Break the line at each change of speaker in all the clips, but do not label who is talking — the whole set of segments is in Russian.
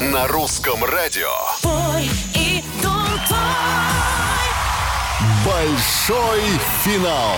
на русском радио.
Твой и дом твой.
Большой финал.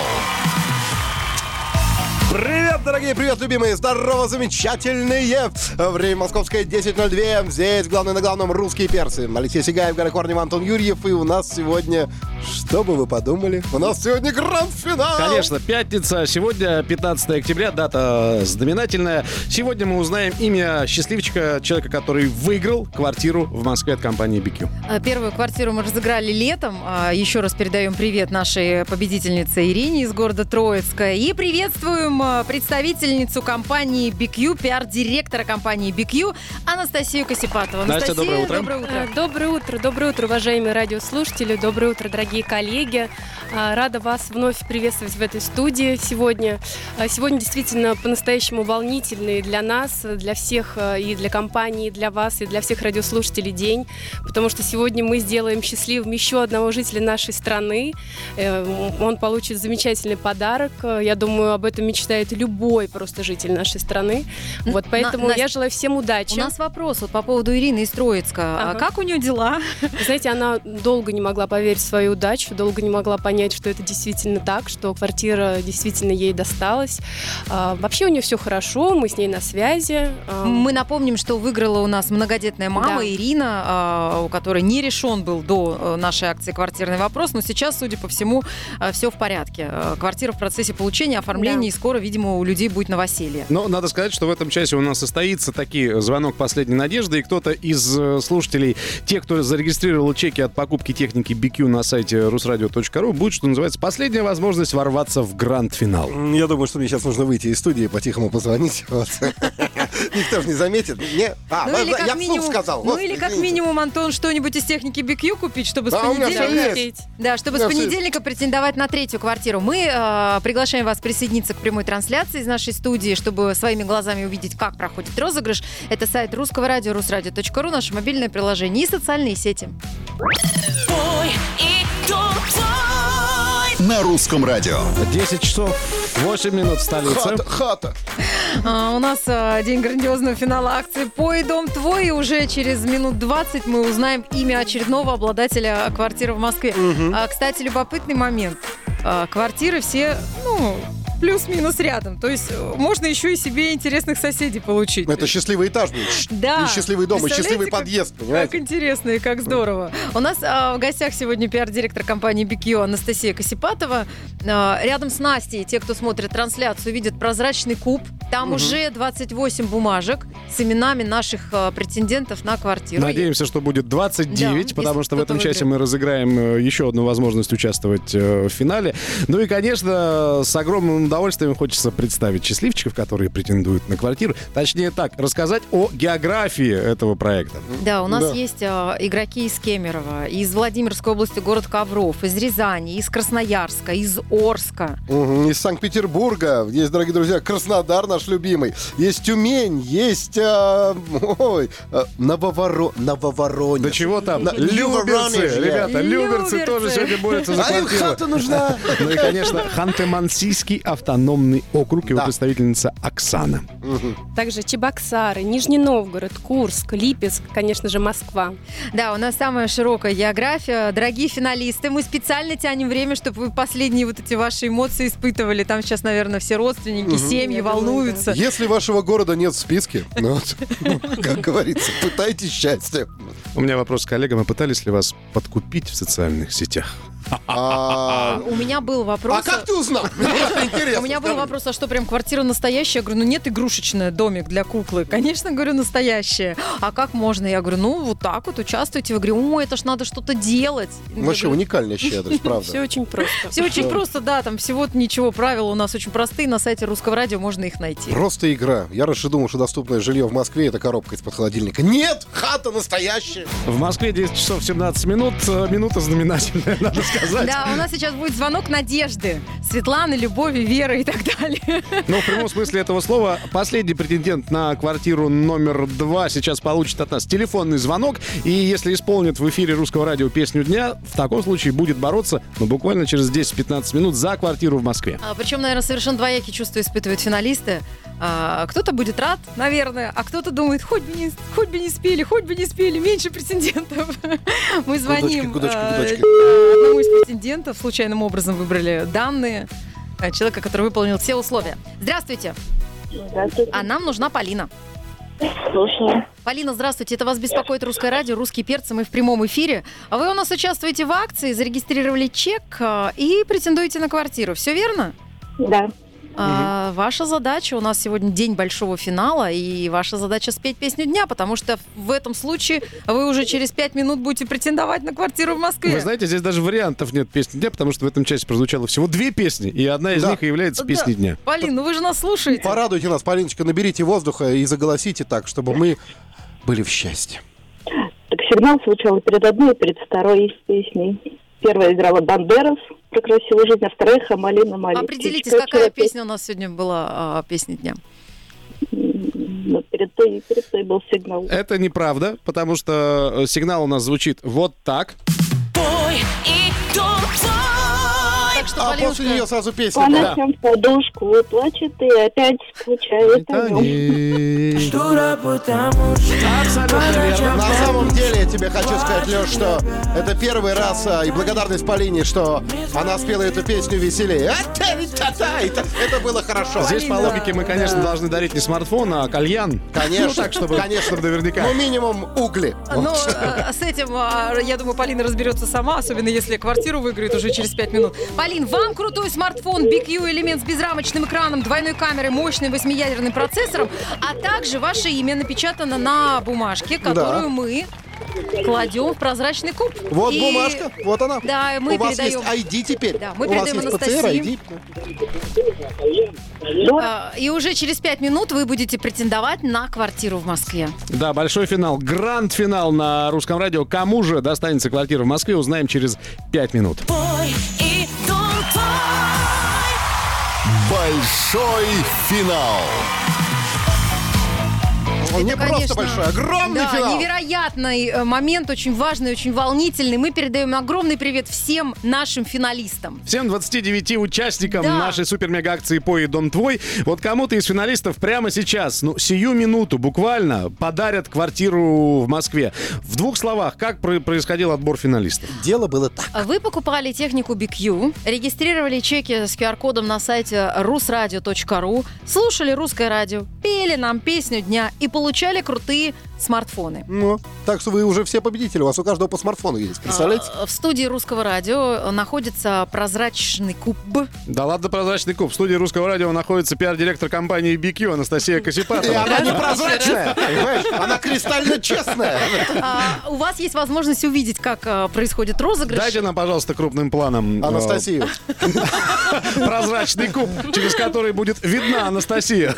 Привет, дорогие, привет, любимые, здорово, замечательные. Время московское 10.02. Здесь главный на главном русские перцы. Алексей Сигаев, Гарри Корнев, Антон Юрьев. И у нас сегодня, что бы вы подумали, у нас сегодня гранд-финал.
Конечно, пятница. Сегодня 15 октября, дата знаменательная. Сегодня мы узнаем имя счастливчика, человека, который выиграл квартиру в Москве от компании BQ.
А, Первую квартиру мы разыграли летом. А, Еще раз передаем привет нашей победительнице Ирине из города Троицка. И приветствуем а, представительницу компании BQ, пиар-директора компании BQ Анастасию Косипатову.
Настя,
Анастасия,
доброе утро.
утро.
Э, Доброе утро, доброе утро, уважаемые радиослушатели, доброе утро, дорогие коллеги. А, Рада вас вновь приветствовать в этой студии сегодня. А, Сегодня действительно по-настоящему волнительный для нас, э, для всех, э, и для компании, и для вас, и для всех радиослушателей день, потому что сегодня мы сделаем счастливым еще одного жителя нашей страны. Э, Он получит замечательный подарок. Э, Я думаю, об этом мечтает любой просто житель нашей страны.
Н-
Вот
На-
поэтому
Настя,
я желаю всем удачи.
У нас вопрос вот по поводу Ирины из Троицка. А
Ага.
Как у нее дела?
Знаете, она долго не могла поверить в свою удачу, долго не могла понять, что это действительно так, что квартира действительно ей досталась. А, вообще у нее все хорошо, мы с ней на связи. А,
Мы напомним, что выиграла у нас многодетная мама
Да.
Ирина, а, у которой не решен был до э, нашей акции квартирный вопрос, но сейчас, судя по всему, все в порядке. Э, Квартира в процессе получения, оформления, и скоро, видимо, у людей будет новоселье.
Но надо сказать, что в этом часе у нас состоится такие звонок последней надежды, и кто-то из э, слушателей, те, кто зарегистрировал чеки от покупки техники BQ на сайте rusradio.ru, будет, что называется, последняя возможность ворваться в гранд-финал.
М, Я думаю, что мне сейчас нужно выйти из студии, по-тихому позвонить. вот. Никто же не заметит. Не- а,
ну или как
я вслух
минимум,
сказал.
ну
Господи,
или как
извините.
минимум, Антон, что-нибудь из техники BQ купить, чтобы
Да,
с
у меня
понедельника
всё есть.
Офигеть.
Да, чтобы
Да,
с
всё есть.
понедельника претендовать на третью квартиру, мы э, приглашаем вас присоединиться к прямой трансляции из нашей студии, чтобы своими глазами увидеть, как проходит розыгрыш. Это сайт русского радио, русрадио.ру, наше мобильное приложение и социальные сети.
Твой и дом твой.
На русском радио.
10 часов 8 минут в столице.
Хата, хата.
А, у нас э, день грандиозного финала акции «Пой, дом твой», и уже через минут 20 мы узнаем имя очередного обладателя квартиры в Москве. А, кстати, любопытный момент. А, квартиры все, ну, плюс-минус рядом. То есть э, можно еще и себе интересных соседей получить.
Это счастливый этаж будет.
Да.
Не счастливый дом, а
Представляете,
счастливый
как-
подъезд,
Как
понимаете?
интересно и как здорово. У нас а, в гостях сегодня пиар-директор компании BQ Анастасия Косипатова. А, рядом с Настей те, кто смотрит трансляцию, видят прозрачный куб. Там уже 28 бумажек с именами наших а, претендентов на квартиру.
Надеемся, что будет 29,
Да,
потому
если
что в этом
кто-то
часе мы разыграем э, еще одну возможность участвовать э, в финале. Ну и, конечно, с огромным удовольствием хочется представить счастливчиков, которые претендуют на квартиру. Точнее так, рассказать о географии этого проекта.
Да, у нас
Да.
есть а, игроки из Кемерово, из Владимирской области город Ковров, из Рязани, из Красноярска, из Орска.
Мгм, Из Санкт-Петербурга есть, дорогие друзья, Краснодар наш любимый, есть Тюмень, есть э, ой, э, Нововоро... Нововоронеж.
Да чего там?
На-
Люберцы,
Люберцы,
ребята, люберцы
Люберцы.
тоже сегодня борются за
А им
квартиру.
хата нужна.
Ну и, конечно, Ханты-Мансийский автономный округ, его
Да.
представительница Оксана.
Также Чебоксары, Нижний Новгород, Курск, Липецк, конечно же, Москва.
Да, у нас самая широкая география. Дорогие финалисты, мы специально тянем время, чтобы вы последние вот эти ваши эмоции испытывали. Там сейчас, наверное, все родственники, семьи
Я думаю,
волнуются.
Если вашего города нет в списке, ну, вот, ну, как говорится, пытайтесь счастья. А
У меня вопрос к коллегам. А пытались ли вас подкупить в социальных сетях?
А
У меня был вопрос.
а как ты узнал? Интересно.
У меня был вопрос, а что, прям квартира настоящая? Я говорю, ну нет, игрушечная, домик для куклы. Конечно, говорю, настоящая. А как можно? Я говорю, ну вот так вот участвуйте. Вы говорите, о, это ж надо что-то делать.
Вообще уникальная щедрость,
Все
правда.
очень просто.
Все очень просто, да, там всего-то ничего. Правила у нас очень простые, на сайте Русского радио можно их найти.
Просто игра. Я раньше думал, что доступное жилье в Москве это коробка из-под холодильника. Нет, хата настоящая.
В Москве 10 часов 17 минут. Э, Минута знаменательная, надо сказать. сказать.
Да, у нас сейчас будет звонок Надежды, Светланы, Любови, Веры и так далее.
Но в прямом смысле этого слова последний претендент на квартиру номер два сейчас получит от нас телефонный звонок. И если исполнит в эфире русского радио песню дня, в таком случае будет бороться, ну, буквально через 10-15 минут за квартиру в Москве.
А, Причем, наверное, совершенно двоякие чувства испытывают финалисты. А, кто-то будет рад, наверное, а кто-то думает, хоть бы, не, хоть бы не спели, хоть бы не спели, меньше претендентов. Мы звоним
гудочки,
а,
гудочки.
одному из претендентов, случайным образом выбрали данные а, человека, который выполнил все условия. Здравствуйте,
Здравствуйте,
а нам нужна Полина.
слушаю.
Полина, здравствуйте. Это вас беспокоит Русское радио, «Русские перцы». Мы в прямом эфире. А вы у нас участвуете в акции, зарегистрировали чек а, и претендуете на квартиру. Все верно?
Да,
А, ваша задача, у нас сегодня день большого финала, и ваша задача спеть песню дня, потому что в этом случае вы уже через пять минут будете претендовать на квартиру в Москве.
Вы знаете, здесь даже вариантов нет песни дня, потому что в этом часе прозвучало всего две песни, и одна из
Да.
них и является
Да.
песней дня.
Полин, ну вы же нас слушаете.
Порадуйте нас, Полиночка, наберите воздуха и заголосите так, чтобы мы были в счастье.
так сигнал звучал и перед одной, и перед второй песней. Первая играла Бандерас про красивую жизнь, а вторая Хамалина Мали.
Определитесь, какая песня у нас сегодня была а, песня дня.
перед, той, перед той был сигнал.
Это неправда, потому что э, сигнал у нас звучит вот так.
Пой и дом твой.
Так что,
А
Полинушка,
после нее сразу песня.
По
да.
ночам в подушку плачет и опять скучает о нем.
Танец. Абсолютно верно.
На самом деле, я тебе хочу сказать, Леш, что это первый раз, а, и благодарность Полине, что она спела эту песню веселее. А, та, ви, та, та. Это это было хорошо.
Здесь по логике мы, конечно, должны дарить не смартфон, а кальян.
Конечно,
Ну, так, чтобы,
конечно.
чтобы наверняка.
Ну, минимум угли.
Ну, э, с этим, э, я думаю, Полина разберется сама, особенно если квартиру выиграет уже через 5 минут. Полин, вам крутой смартфон BQ элемент с безрамочным экраном, двойной камерой, мощным восьмиядерным процессором, а также ваше имя напечатано на бумажке, которую
Да.
мы кладем в прозрачный куб.
Вот
И-
бумажка, вот она.
Да, и мы
У вас
передаем.
есть А- ID теперь.
Да, мы
У вас
передаем
есть
Анастасии.
ПЦР, а ID.
э, И уже через 5 минут вы будете претендовать на квартиру в Москве.
Да, большой финал. Гранд-финал на русском радио. Кому же достанется квартира в Москве, узнаем через 5 минут.
Пой и дом твой.
Большой финал.
Он не
Это, конечно,
просто большой, огромный
да,
финал.
невероятный э, момент, очень важный, очень волнительный. Мы передаем огромный привет всем нашим финалистам.
Всем 29 участникам
Да.
нашей супер-мега-акции «Пой и дом твой». Вот кому-то из финалистов прямо сейчас, ну, сию минуту буквально подарят квартиру в Москве. В двух словах, как про- происходил отбор финалистов?
Дело было так.
Вы покупали технику BQ, регистрировали чеки с QR-кодом на сайте rusradio.ru, слушали русское радио, пели нам песню дня и получали крутые смартфоны.
Ну, так что вы уже все победители, у вас у каждого по смартфону есть, представляете?
А, В студии русского радио находится прозрачный куб.
Да ладно, прозрачный куб. В студии русского радио находится пиар-директор компании BQ Анастасия
И
Косипатова.
она непрозрачная, понимаешь? Она кристально честная.
А, У вас есть возможность увидеть, как а, происходит розыгрыш.
Дайте нам, пожалуйста, крупным планом э,
Анастасию.
прозрачный куб, через который будет видна Анастасия.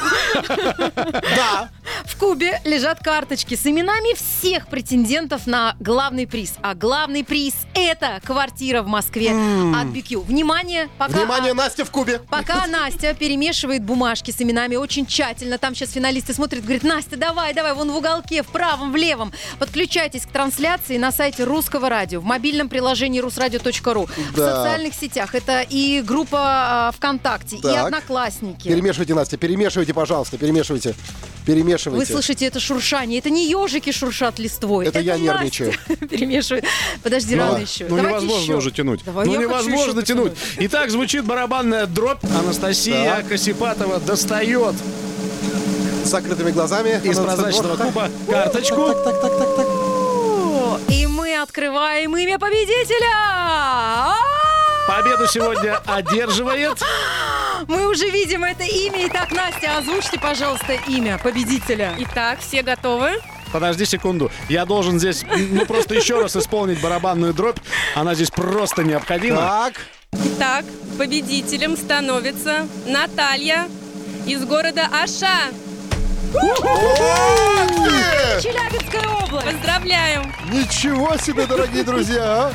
Да.
В кубе лежат карточки с именами всех претендентов на главный приз. А главный приз – это квартира в Москве от BQ. Внимание, пока...
Внимание,
а,
Настя в кубе.
Пока Настя перемешивает бумажки с именами очень тщательно. Там сейчас финалисты смотрят, говорят, Настя, давай, давай, вон в уголке, в правом, в левом. Подключайтесь к трансляции на сайте Русского радио, в мобильном приложении русрадио.ру, в
Да.
социальных сетях. Это и группа а, ВКонтакте, и
Так.
Одноклассники.
Перемешивайте, Настя, перемешивайте, пожалуйста, перемешивайте. Перемешивайте.
Вы слышите это шуршание? Это не ежики шуршат листвой.
Это я
Настя
нервничаю.
Перемешивает. Подожди, рано
Ну,
еще.
Ну,
Давайте
невозможно
еще.
уже тянуть.
Давай, я
ну,
хочу
невозможно
еще
тянуть. Итак, звучит барабанная дробь. Анастасия
Да.
Косипатова достает
С закрытыми глазами.
из
Она
прозрачного
вот так.
куба карточку.
О, И мы открываем имя победителя! А, А-а-а!
Победу сегодня одерживает.
Мы уже видим это имя. Итак, Настя, озвучьте, пожалуйста, имя победителя.
Итак, все готовы?
Подожди секунду. Я должен здесь, ну, просто еще раз исполнить барабанную дробь. Она здесь просто необходима.
Так.
Итак, победителем становится Наталья из города Аша.
Э,
Челябинская область!
Поздравляем!
Ничего себе, дорогие друзья, а!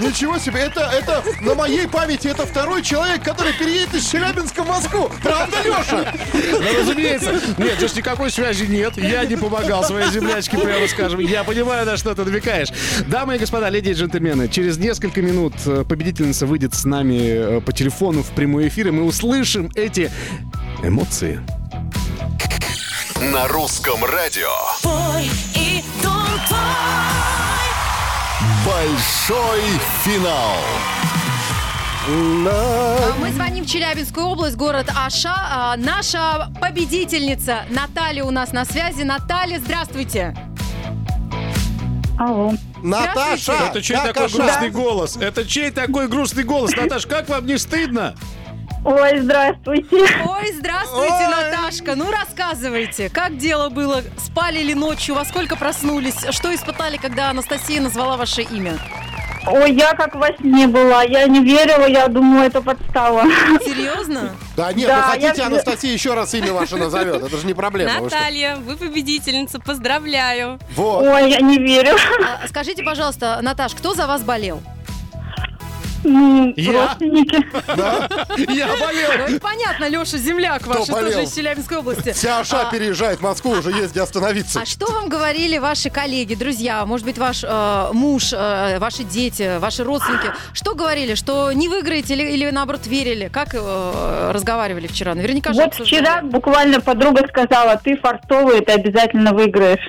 Ничего себе, это, это на моей памяти это второй человек, который переедет из Челябинска в Москву. Правда, Леша?
Ну, разумеется. Нет, здесь никакой связи нет. Я не помогал своей землячке, прямо скажем. Я понимаю, на что ты намекаешь. Дамы и господа, леди и джентльмены, через несколько минут э, победительница выйдет с нами э, по телефону в прямой эфир, и мы услышим эти эмоции.
На русском радио.
Пой и дом твой.
Большой финал.
А Мы звоним в Челябинскую область, город Аша. А, Наша победительница Наталья у нас на связи. Наталья, здравствуйте.
Алло.
Наташа!
Это чей
как
такой
Аша?
грустный голос? Это чей такой грустный голос? Наташ, как вам не стыдно?
Ой, здравствуйте.
Ой, здравствуйте,
Ой.
Наташка. Ну, рассказывайте, как дело было? Спали ли ночью? Во сколько проснулись? Что испытали, когда Анастасия назвала ваше имя?
Ой, я как во сне была. Я не верила, я думаю, это подстава.
Серьезно?
Да нет,
Да,
вы
я
хотите,
всегда-
Анастасия еще раз имя ваше назовет. Это же не проблема. вы что.
Наталья, вы победительница, поздравляю.
Вот.
Ой, я не верю.
А, Скажите, пожалуйста, Наташ, кто за вас болел?
Ну,
Я?
родственники.
Я болел.
Ну, это понятно, Леша, земляк ваш,
болел?
тоже из Челябинской области.
Вся Аша
А,
переезжает в Москву, уже есть где остановиться.
А что вам говорили ваши коллеги, друзья, может быть, ваш э, муж, э, ваши дети, ваши родственники? Что говорили, что не выиграете или, или наоборот верили? Как э, разговаривали вчера? Наверняка же
Вот
обсуждали.
вчера буквально подруга сказала, ты фартовый, ты обязательно выиграешь.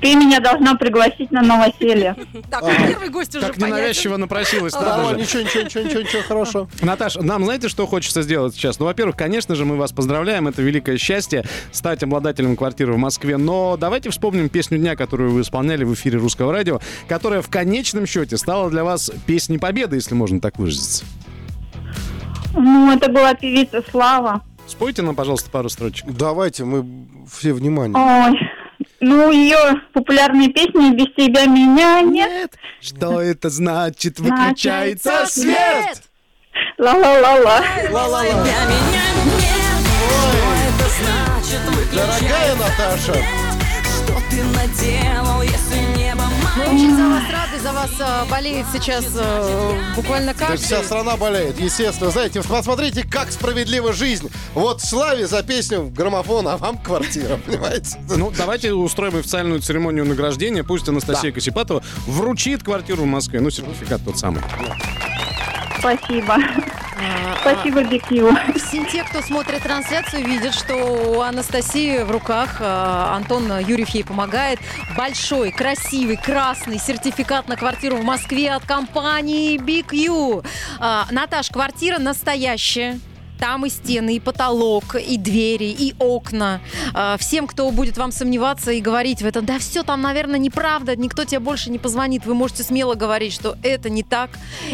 Ты меня должна пригласить на новоселье.
Так, ну, первый гость уже
Как
понятен.
ненавязчиво напросилась. надо
Да,
же.
ничего, ничего, ничего, ничего, ничего хорошего.
Наташа, нам знаете, что хочется сделать сейчас? Ну, во-первых, конечно же, мы вас поздравляем, это великое счастье стать обладателем квартиры в Москве. Но давайте вспомним песню дня, которую вы исполняли в эфире Русского радио, которая в конечном счете стала для вас песней победы, если можно так выразиться.
Ну, это была певица Слава.
Спойте нам, пожалуйста, пару строчек.
Давайте мы все внимание.
Ой, ну, ее популярные песни «Без тебя меня нет»,
Что это значит?
Выключается
свет!
ла-ла-ла-ла.
Ла-ла-ла.
Для меня нет. Что это значит
Дорогая Наташа,
Что ты наделал, если небо
Мы
мое?
очень за вас рады, за вас э, болеет сейчас э, буквально
да
каждый.
вся страна болеет, естественно. Знаете, посмотрите, как справедлива жизнь. Вот Славе за песню в граммофон, а вам квартира, понимаете?
Ну, давайте устроим официальную церемонию награждения. Пусть Анастасия Косипатова вручит квартиру в Москве. Ну, сертификат тот самый.
Спасибо.
А,
Спасибо, Бикью.
а, Все те, кто смотрит трансляцию, видят, что у Анастасии в руках э, Антон Юрьев ей помогает. Большой, красивый, красный сертификат на квартиру в Москве от компании BQ. А, Наташ, квартира настоящая. Там и стены, и потолок, и двери, и окна. А, Всем, кто будет вам сомневаться и говорить в этом, да все там, наверное, неправда, никто тебе больше не позвонит, вы можете смело говорить, что это не так.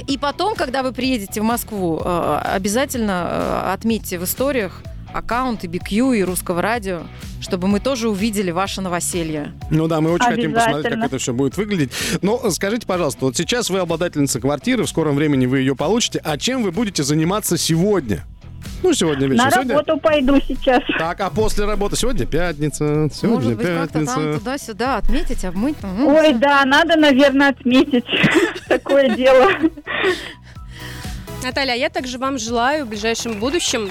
И потом, когда вы приедете в Москву, а, обязательно а, отметьте в историях аккаунты BQ и Русского радио, чтобы мы тоже увидели ваше новоселье.
Ну да, мы очень хотим посмотреть, как
Обязательно.
это все будет выглядеть. Но скажите, пожалуйста, вот сейчас вы обладательница квартиры, в скором времени вы ее получите, а чем вы будете заниматься сегодня? Ну, сегодня вечером.
На
Сегодня-
работу пойду сейчас.
Так, а после работы? Сегодня пятница, сегодня
Может быть, как-то
пятница.
там туда-сюда отметить, обмыть. ну, Мгм.
Ой, да, надо, наверное, отметить такое дело.
Наталья, а я также вам желаю в ближайшем будущем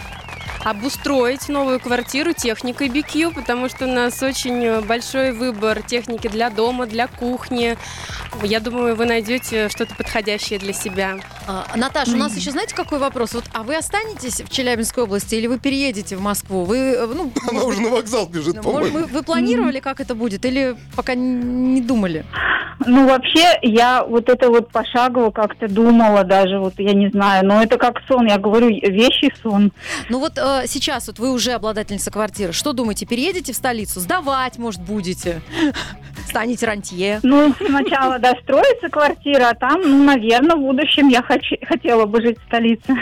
обустроить новую квартиру техникой BQ, потому что у нас очень э, большой выбор техники для дома, для кухни. Я думаю, вы найдете что-то подходящее для себя.
А, Наташа, у нас еще, знаете, какой вопрос? Вот, а вы останетесь в Челябинской области или вы переедете в Москву? Вы, э, ну,
Она уже на вокзал бежит,
может,
по-моему.
вы, вы планировали, как это будет, или пока н- не думали?
Ну, вообще, я вот это вот пошагово как-то думала даже, вот я не знаю, но это как сон, я говорю, вещий сон.
Ну вот э, сейчас вот вы уже обладательница квартиры. Что думаете, переедете в столицу? Сдавать, может, будете? Станете рантье?
Ну, сначала достроится квартира, а там, ну, наверное, в будущем я хоч- хотела бы жить в столице.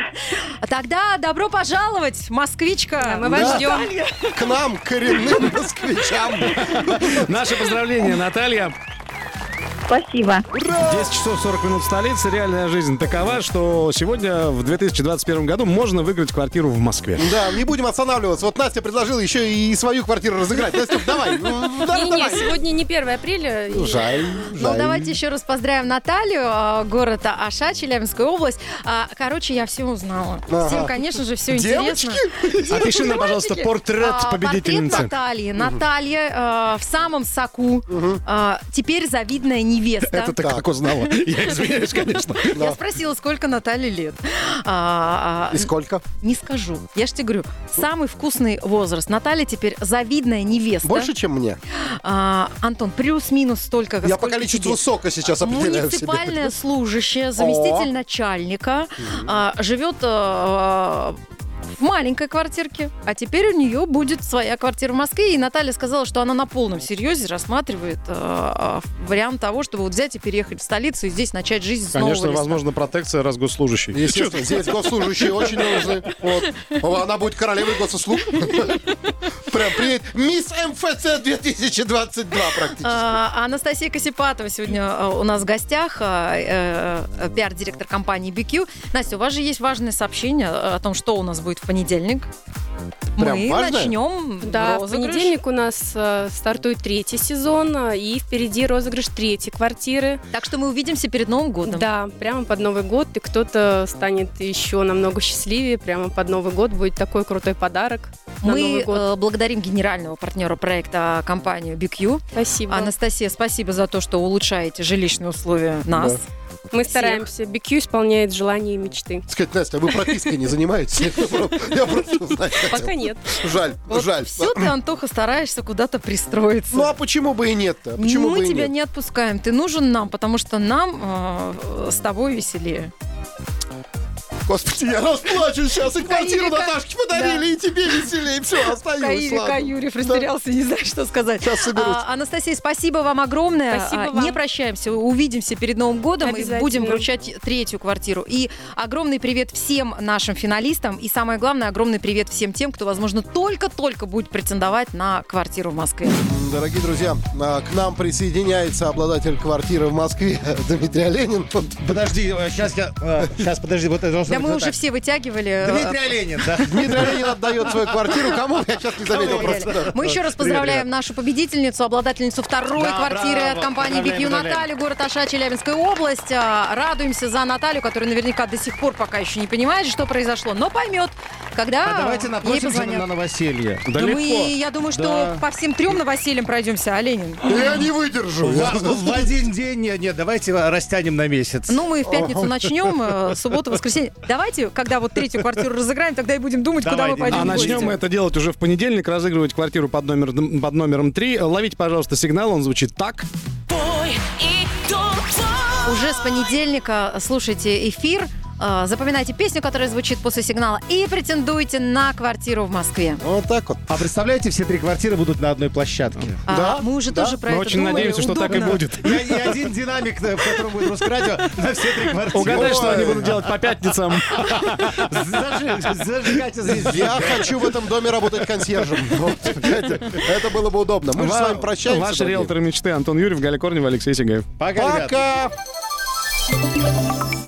А Тогда добро пожаловать, москвичка!
Да, мы вас
Да.
ждем.
К нам, коренным москвичам.
Наше поздравление, Наталья.
Спасибо.
10 часов 40 минут в столице. Реальная жизнь такова, что сегодня, в 2021 году, можно выиграть квартиру в Москве.
Да, не будем останавливаться. Вот Настя предложила еще и свою квартиру разыграть. Настя, давай. ну, да,
Не-не,
давай.
сегодня не 1 апреля. и-
Жаль,
Ну,
жаль.
давайте еще раз поздравим Наталью, а, город Аша, Челябинская область. А, Короче, я все узнала.
Ага.
Всем, конечно же, все
Девочки?
интересно.
Опиши нам, пожалуйста,
Мальчики,
портрет
а,
победительницы.
Портрет Натальи. Наталья а, в самом соку. А, теперь завидная невеста.
Это ты
Да.
как узнала? Я извиняюсь, конечно.
Я спросила, сколько Наталье лет. А, а,
И сколько?
не скажу. Я же тебе говорю, самый вкусный возраст. Наталья теперь завидная невеста.
Больше, чем мне?
А, Антон, плюс-минус столько.
Я по
сколько
количеству
тебе.
сока сейчас определяю себе.
Муниципальная служащая, заместитель
О.
начальника, а, живет а, в маленькой квартирке, а теперь у нее будет своя квартира в Москве. И Наталья сказала, что она на полном серьезе рассматривает а, а, вариант того, чтобы вот взять и переехать в столицу и здесь начать жизнь с нового
Конечно,
листа.
возможно, протекция раз госслужащий.
Естественно, здесь госслужащие очень нужны. Вот. О, Она будет королевой госуслуг. Прям привет. Мисс МФЦ 2022 практически.
А, Анастасия Косипатова сегодня а, у нас в гостях, а, э, э, пиар-директор компании BQ. Настя, у вас же есть важное сообщение э, о том, что у нас будет в понедельник.
Прям
Мы
важное?
начнем
Да, в
розыгрыш.
понедельник у нас э, стартует третий сезон, э, и впереди розыгрыш третьей квартиры.
Так что мы увидимся перед Новым годом.
Да, прямо под Новый год, и кто-то станет еще намного счастливее, прямо под Новый год будет такой крутой подарок на
Мы
Новый год.
э, благодарим генерального партнера проекта компанию BQ.
Спасибо.
Анастасия, спасибо за то, что улучшаете жилищные условия нас.
Мы стараемся. BQ исполняет желания и мечты.
Сказать, Настя, а вы пропиской не занимаетесь? Я просто- Я просто узнать
Пока
хотел.
нет.
Жаль, жаль.
Все ты, Антоха, стараешься куда-то пристроиться.
Ну а почему бы и нет-то? Почему
мы
бы и
Ну, тебя
нет?
не отпускаем. Ты нужен нам, потому что нам э, с тобой веселее.
Господи, я расплачусь сейчас. И квартиру
Каилика.
Наташке подарили, и тебе веселее. Все, остаюсь.
Каирик
ладно.
Каюрев растерялся, не знаю, что сказать.
Сейчас соберусь.
А, Анастасия, спасибо вам огромное.
Спасибо
А,
вам.
Не прощаемся, увидимся перед Новым годом и
Обязательно.
будем вручать третью квартиру. И огромный привет всем нашим финалистам. И самое главное, огромный привет всем тем, кто, возможно, только-только будет претендовать на квартиру в Москве.
Дорогие друзья, а, к нам присоединяется обладатель квартиры в Москве Дмитрий Оленин. Вот
Подожди, сейчас я... Сейчас, подожди, вот это должно
Да
быть
мы
вот
уже
так.
все вытягивали.
Дмитрий
э,
Оленин, да.
Дмитрий Оленин отдает свою квартиру. Кому? Я сейчас не заметил
Кому?
просто. да.
Мы еще раз поздравляем нашу победительницу, обладательницу второй
Да,
квартиры
браво,
от компании
поздравляем,
BQ
поздравляем.
Наталью, город Аша, Челябинская область. А, Радуемся за Наталью, которая наверняка до сих пор пока еще не понимает, что произошло, но поймет, когда
А давайте
ей
напросимся
позвонят.
на новоселье. Ну,
Да мы, я думаю, что
Да.
по всем трем новосельям пройдемся, а Ленин.
Я не выдержу.
В, ну, в- в один день, нет, нет, давайте растянем на месяц.
Ну, мы в пятницу начнем, э, субботу, воскресенье. Давайте, когда вот третью квартиру разыграем, тогда и будем думать, куда
Давай,
мы
Дина.
пойдем.
А
в гости.
начнем мы это делать уже в понедельник, разыгрывать квартиру под, номер, под номером 3. Ловите, пожалуйста, сигнал, он звучит так.
Пой и дом твой.
Уже с понедельника слушайте эфир, э, запоминайте песню, которая звучит после сигнала, и претендуйте на квартиру в Москве.
Вот так вот.
А представляете, все три квартиры будут на одной площадке.
А,
Да,
мы уже тоже про
Мы
это
очень
думали,
надеемся, что так и
удобно.
будет.
И, и один динамик, э, в котором будет Русрадио, на все три квартиры.
Угадай, что они будут делать по пятницам.
Зажи- Зажигайте здесь.
Я хочу в этом доме работать консьержем. Вот, понимаете? Это было бы удобно. Мы же с вами прощаемся.
Ваши
дорогие.
риэлторы мечты Антон Юрьев, Галя Корнева, Алексей Сигаев.
Пока, ребят.
Пока.